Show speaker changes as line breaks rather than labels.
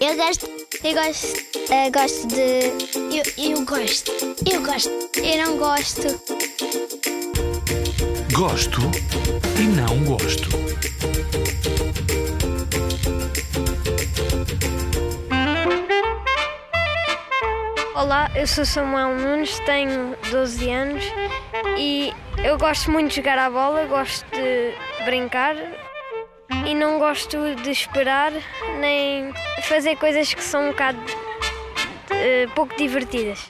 Eu gosto. Eu gosto. eh, gosto de. Eu, eu gosto. Eu gosto. Eu não gosto.
Gosto e não gosto.
Olá, eu sou Samuel Nunes, tenho 12 anos e eu gosto muito de jogar à bola, gosto de brincar e não gosto de esperar nem fazer coisas que são um bocado eh, pouco divertidas.